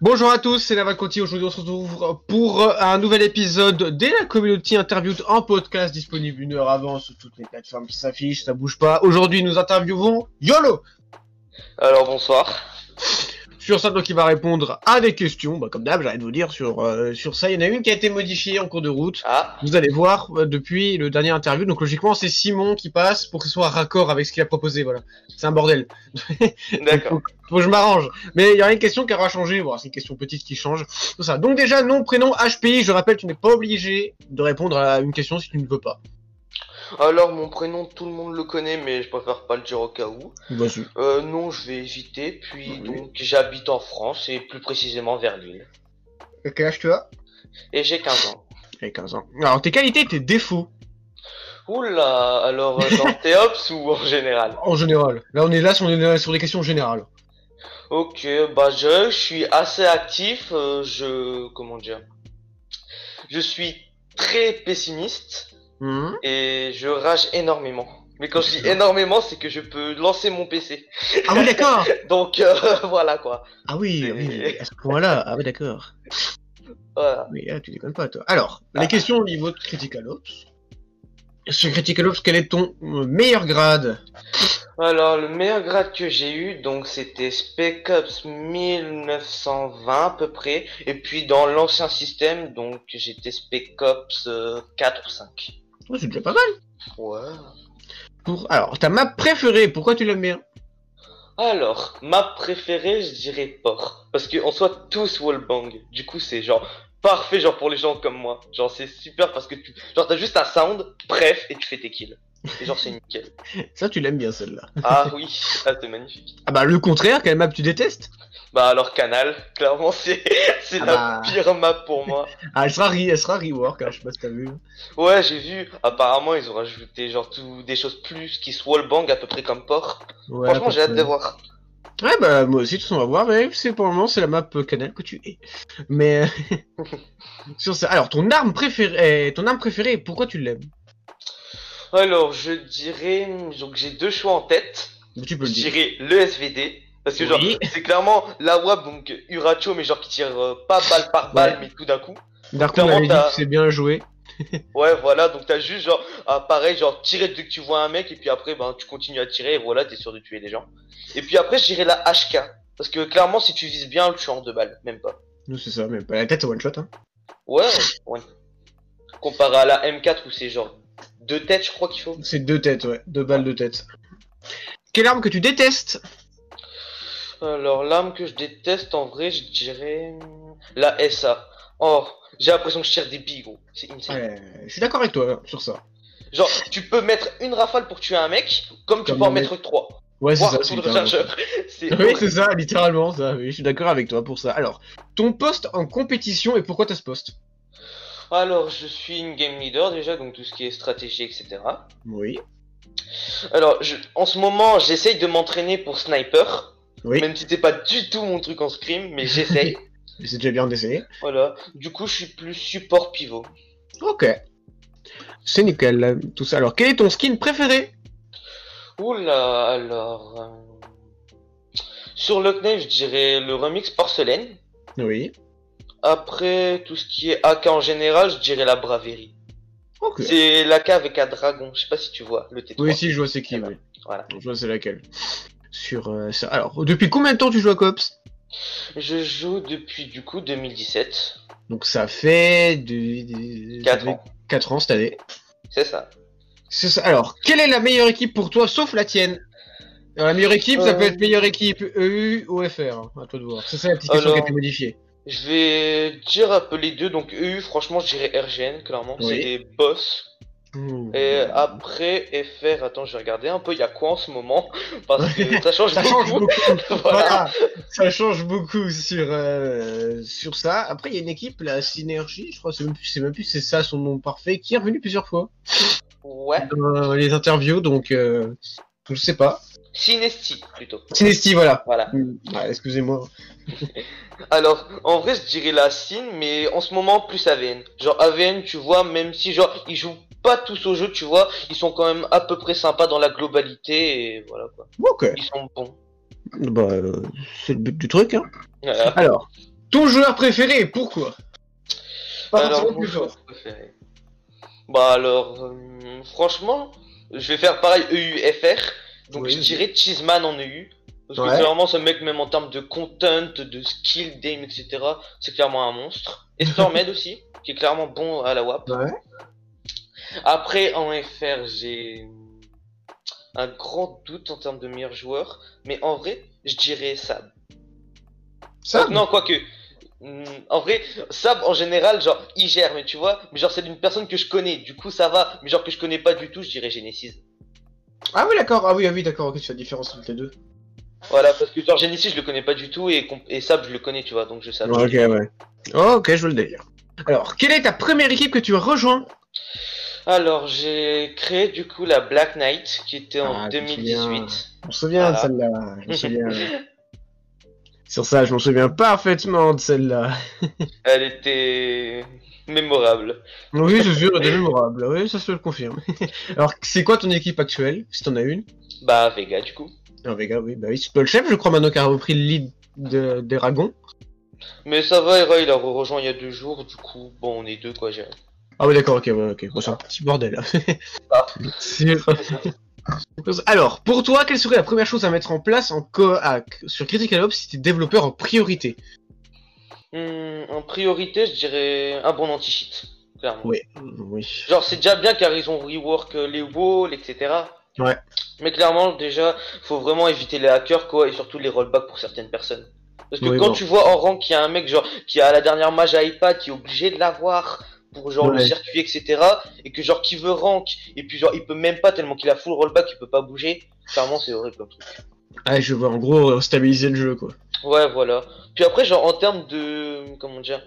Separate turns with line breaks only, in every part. Bonjour à tous, c'est Lava Conti. Aujourd'hui, on se retrouve pour euh, un nouvel épisode dès la communauté interview en podcast disponible une heure avant sur toutes les plateformes qui s'affichent. Ça bouge pas. Aujourd'hui, nous interviewons YOLO
Alors bonsoir.
sur ça, donc il va répondre à des questions. Bah, comme d'hab, j'arrête de vous dire sur, euh, sur ça. Il y en a une qui a été modifiée en cours de route.
Ah,
Vous allez voir euh, depuis le dernier interview. Donc logiquement, c'est Simon qui passe pour qu'il soit raccord avec ce qu'il a proposé. Voilà, c'est un bordel.
d'accord.
Faut, faut que je m'arrange. Mais il y a une question qui aura changé. Bon, c'est une question petite qui change. Tout ça. Donc déjà, nom, prénom, HPI. Je rappelle, tu n'es pas obligé de répondre à une question si tu ne veux pas.
Alors mon prénom, tout le monde le connaît, mais je préfère pas le dire au cas où.
Vas-y.
Euh, non, je vais éviter. Puis
Oui.
donc j'habite en France et plus précisément vers Lille.
Et quel âge tu as
Et j'ai 15 ans.
J'ai 15 ans. Alors, tes qualités, tes défauts,
Oula, alors euh, dans Théops ou en général
en général. Là, on est là sur, on est sur des questions générales.
Ok, bah je, je suis assez actif. euh, je comment dire Je suis très pessimiste
Mhm.
et je rage énormément. Mais quand je dis énormément, c'est que je peux lancer mon PC.
Ah oui, d'accord
Donc euh, voilà quoi.
Ah oui, oui, à ce point-là. Ah oui, d'accord.
Voilà.
Mais là, tu déconnes pas, toi. Alors, les questions au niveau de Critical Ops. Sur Critical Ops, quel est ton euh, meilleur grade
Alors, le meilleur grade que j'ai eu, donc, c'était Spec Ops 1920 à peu près. Et puis, dans l'ancien système, donc, j'étais Spec Ops euh, 4 ou 5.
Ouais, Oh, C'est déjà pas mal.
Ouais.
Pour... Alors, ta map préférée, pourquoi tu l'aimes bien
Alors, ma préférée, je dirais Port. Parce qu'on soit tous wallbang. Du coup, c'est genre parfait, genre, pour les gens comme moi. Genre, c'est super parce que tu, genre, t'as juste un sound, bref, et tu fais tes kills. Et genre, c'est nickel.
Ça, tu l'aimes bien celle-là.
Ah oui, ah, c'est magnifique.
Ah bah le contraire, quelle map tu détestes
Bah, alors, Canal, clairement, c'est, c'est
Ah
la
bah.
pire map pour moi.
Ah elle sera, re- elle sera rework, hein, je sais pas si t'as vu.
Ouais, j'ai vu. Apparemment, ils ont rajouté genre tout des choses plus qui se wallbang à peu près comme port.
Ouais,
Franchement, j'ai hâte de
parfait.
voir.
Ouais bah moi aussi, tout ça on va voir, mais c'est pour le moment c'est la map euh, canal que tu es. Mais sur ça, alors ton arme préférée, eh, ton arme préférée, pourquoi tu l'aimes
Alors, je dirais donc j'ai deux choix en tête.
Bah, Tu peux
Je
le dire.
dirais le SVD parce que genre
Oui.
c'est clairement la WAB donc Uracho mais genre qui tire euh, pas balle par balle
Ouais.
mais tout d'un coup.
Darko m'avait dit
t'as-
que c'est bien joué.
Ouais, voilà, donc t'as juste genre ah, pareil genre tirer dès que tu vois un mec et puis après ben tu continues à tirer et voilà, t'es sûr de tuer des gens. Et puis après, je dirais la HK parce que clairement si tu vises bien, tu es en deux balles, même pas.
Nous c'est ça, mais pas la tête c'est one shot. Hein.
Ouais, ouais. Comparé à la M4 où c'est genre deux têtes, je crois qu'il faut.
C'est deux têtes, ouais, deux balles de tête. Quelle arme que tu détestes
Alors, l'arme que je déteste en vrai, je dirais. hum, La SA. Oh, j'ai l'impression que je tire des billes, gros. C'est insane.
Ouais, Je suis d'accord avec toi hein, sur ça.
Genre, tu peux mettre une rafale pour tuer un mec, comme tu
Comme
peux en
le mec.
mettre trois.
Ouais c'est
Voire
ça.
tout
c'est
le
littéralement ça.
chargeur. C'est
Oui,
horrible.
c'est ça, littéralement, ça. Oui, je suis d'accord avec toi pour ça. Alors, ton poste en compétition et pourquoi t'as ce poste
Alors, je suis une game leader déjà, donc tout ce qui est stratégie, etc.
Oui.
Alors, je- en ce moment, j'essaye de m'entraîner pour sniper.
Oui.
Même si c'est pas du tout mon truc en scrim, mais j'essaye.
C'est déjà bien d'essayer.
Voilà. Du coup, je suis plus support pivot.
Ok. C'est nickel, là, tout ça. Alors, quel est ton skin préféré
Oula, alors. euh, Sur le CNEF, je dirais le remix porcelaine.
Oui.
Après, tout ce qui est AK en général, je dirais la braverie.
Ok.
C'est l'AK avec un dragon, je sais pas si tu vois, le T3.
Oui, si, je vois c'est qui,
Voilà.
oui.
Voilà.
Je vois c'est laquelle. Eh ben, Sur euh, ça. Alors, depuis combien de temps tu joues à Cops
Je joue depuis du coup 2017,
Donc, ça fait. De...
4 ans,
4 ans cette année.
c'est ça.
C'est ça. Alors, quelle est la meilleure équipe pour toi, sauf la tienne Alors, la meilleure équipe, ça peut
Euh.
être meilleure équipe E EU ou FR. hein. À toi de voir. C'est ça la petite question qui a été
Alors,
modifiée.
Je vais dire un peu les deux, donc EU, franchement, je dirais RGN, clairement,
Oui.
c'est des boss.
Hmm.
Et euh, après, FR, attends, je vais regarder un peu, il y a quoi en ce moment Parce que ça change
Ça change
beaucoup.
beaucoup.
Voilà.
Voilà. Ça change beaucoup sur, euh, sur ça. Après, il y a une équipe, la Synergie, je crois, c'est même plus, c'est même plus, c'est ça son nom parfait, qui est revenu plusieurs fois
Ouais,
dans les interviews, donc euh, je sais pas.
Synesti, plutôt.
Synesty, voilà.
Voilà.
Mm, ah, Excusez-moi.
Alors, en vrai, je dirais la Cine, mais en ce moment, plus AVN. Genre, AVN, tu vois, même si, genre, ils jouent pas tous au jeu, tu vois, ils sont quand même à peu près sympas dans la globalité, et voilà, quoi.
Ok.
Ils sont bons.
Bah, euh, c'est le but du truc. Hein.
Voilà.
Alors, Ton joueur préféré et pourquoi Pas forcément
mon
plus
joueur
fort.
préféré. Bah alors, euh, franchement, je vais faire pareil E EUFR. Donc
Oui,
je
oui.
dirais Cheeseman en EU. Parce
Ouais.
que clairement, ce mec, même en termes de content, de skill game, etc., c'est clairement un monstre. Et Stormhead aussi, qui est clairement bon à la WAP.
Ouais.
Après, en FR, j'ai un grand doute en termes de meilleur joueur. Mais en vrai, je dirais Sab.
Ça
Non, quoique. Hmm, En vrai, Sab en général, genre, il gère, mais tu vois, mais genre, c'est d'une personne que je connais, du coup, ça va, mais genre, que je connais pas du tout, je dirais Genesis.
Ah oui, d'accord, ah oui, ah oui, d'accord, ok, tu fais la différence entre les deux.
Voilà, parce que genre, Genesis, je le connais pas du tout, et, comp- et Sab, je le connais, tu vois, donc je sais.
ouais. ok, je veux le délire. Alors, quelle est ta première équipe que tu as rejoint
Alors, j'ai créé, du coup, la Black Knight, qui était en
Ah, tu te souviens.
2018.
Je me souviens
Voilà.
de celle-là. Je me souviens. Sur ça, je m'en souviens parfaitement de celle-là.
Elle était mémorable.
Oui, c'est sûr, elle est mémorable. Oui, ça se le confirme. Alors, c'est quoi ton équipe actuelle, si t'en as une
Bah, Vega, du coup.
Un Vega, oui, bah oui, c'est pas le chef, je crois, maintenant, qui a repris le lead de, des Dragons.
Mais ça va, Hera, il a rejoint il y a deux jours, du coup, bon, on est deux, quoi, j'ai
Ah oui, d'accord, ok, ouais, ok. Bon, c'est un petit bordel. hein.
Ah.
C'est- Alors, pour toi, quelle serait la première chose à mettre en place en co à- sur Critical Ops si t'es développeur en priorité
Hmm, en priorité, je dirais un bon anti-cheat, clairement.
Oui. Euh, Oui.
Genre, c'est déjà bien car ils ont rework euh, les walls, etc.
Ouais.
Mais clairement, déjà, faut vraiment éviter les hackers, quoi, et surtout les rollbacks pour certaines personnes. Parce que
Oui,
quand
bon.
tu vois en rank qu'il y a un mec, genre, qui a la dernière mage à iPad, qui est obligé de l'avoir pour, genre, le
Ouais.
circuit, etc., et que, genre, qui veut rank, et puis, genre, il peut même pas tellement qu'il a full rollback, il peut pas bouger, clairement, c'est horrible comme truc.
Ah, je veux en gros euh, stabiliser le jeu, quoi.
Ouais, voilà. Puis après, genre, en termes de. Comment dire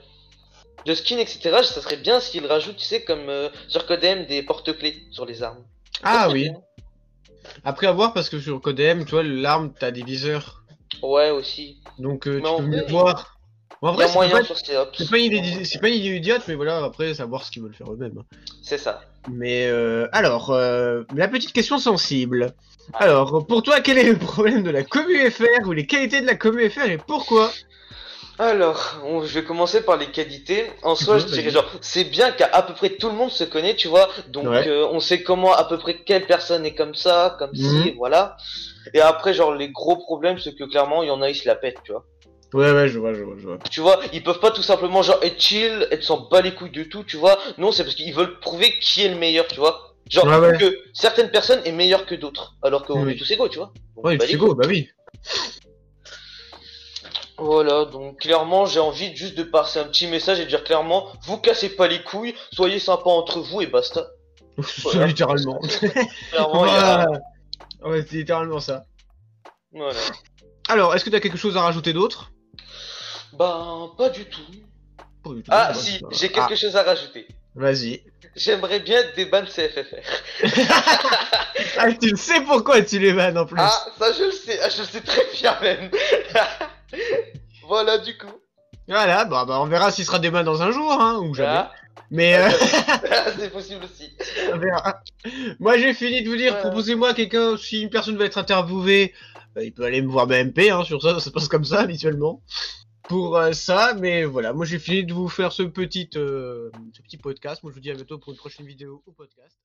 De skin, etc., ça serait bien s'ils rajoutent, tu sais, comme euh, sur Codem, des porte-clés sur les armes.
Ah
Ça serait
oui.
bien.
Après, à voir, parce que sur Codem, tu vois, l'arme, t'as des viseurs.
Ouais, aussi.
Donc, euh,
Mais
tu
en
peux mieux
vrai,
voir. Bon, en
Il y
vrai,
a
c'est
moyen
pas,
sur ces ops.
c'est pas une idée, c'est pas une idée idiote, mais voilà, après, savoir ce qu'ils veulent faire eux-mêmes. hein.
C'est ça.
Mais euh, alors, euh, la petite question sensible. Alors, pour toi, quel est le problème de la commu FR ou les qualités de la commu FR et pourquoi
Alors, on- je vais commencer par les qualités. En soi,
Mhm,
je dirais
vas-y.
genre, c'est bien qu'à à peu près tout le monde se connaît, tu vois. Donc,
Ouais.
euh, on sait comment à peu près quelle personne est comme ça, comme ci,
Mhm.
voilà. Et après, genre, les gros problèmes, c'est que clairement, il y en a, ils se la pètent, tu vois.
Ouais, ouais, je vois, je vois, je vois.
Tu vois, ils peuvent pas tout simplement genre être chill, être s'en bat les couilles de tout, tu vois. Non, c'est parce qu'ils veulent prouver qui est le meilleur, tu vois. Genre
Ouais, ouais.
que certaines personnes est meilleure que d'autres, alors qu'on
Oui.
est tous égaux, tu vois. Donc,
Ouais,
bah,
c'est
les
go, bah oui.
Voilà, donc clairement, j'ai envie juste de passer un petit message et de dire clairement, vous cassez pas les couilles, soyez sympas entre vous et basta.
C'est littéralement.
Clairement, il y a-
Voilà. Ouais, c'est littéralement ça.
voilà.
Alors, est-ce que t'as quelque chose à rajouter d'autre
Ben, pas du tout.
Pas du tout,
Ah,
bah,
si,
bah,
j'ai
ah,
quelque chose à rajouter.
Vas-y.
J'aimerais bien des bannes CFFR.
Ah, tu le sais pourquoi tu les vannes en plus.
Ah, ça je le sais, ah, je le sais très bien même. voilà, du coup.
Voilà, bah, bah on verra s'il sera des vannes dans un jour, hein, ou jamais.
Ah,
Mais euh,
c'est possible aussi.
on verra. Moi, j'ai fini de vous dire,
Ouais.
proposez-moi quelqu'un, si une personne veut être interviewée, euh, il peut aller me voir BMP, hein, sur ça, ça se passe comme ça habituellement. Pour euh, ça, mais voilà, moi j'ai fini de vous faire ce petit, euh, ce petit podcast. Moi, je vous dis à bientôt pour une prochaine vidéo ou podcast.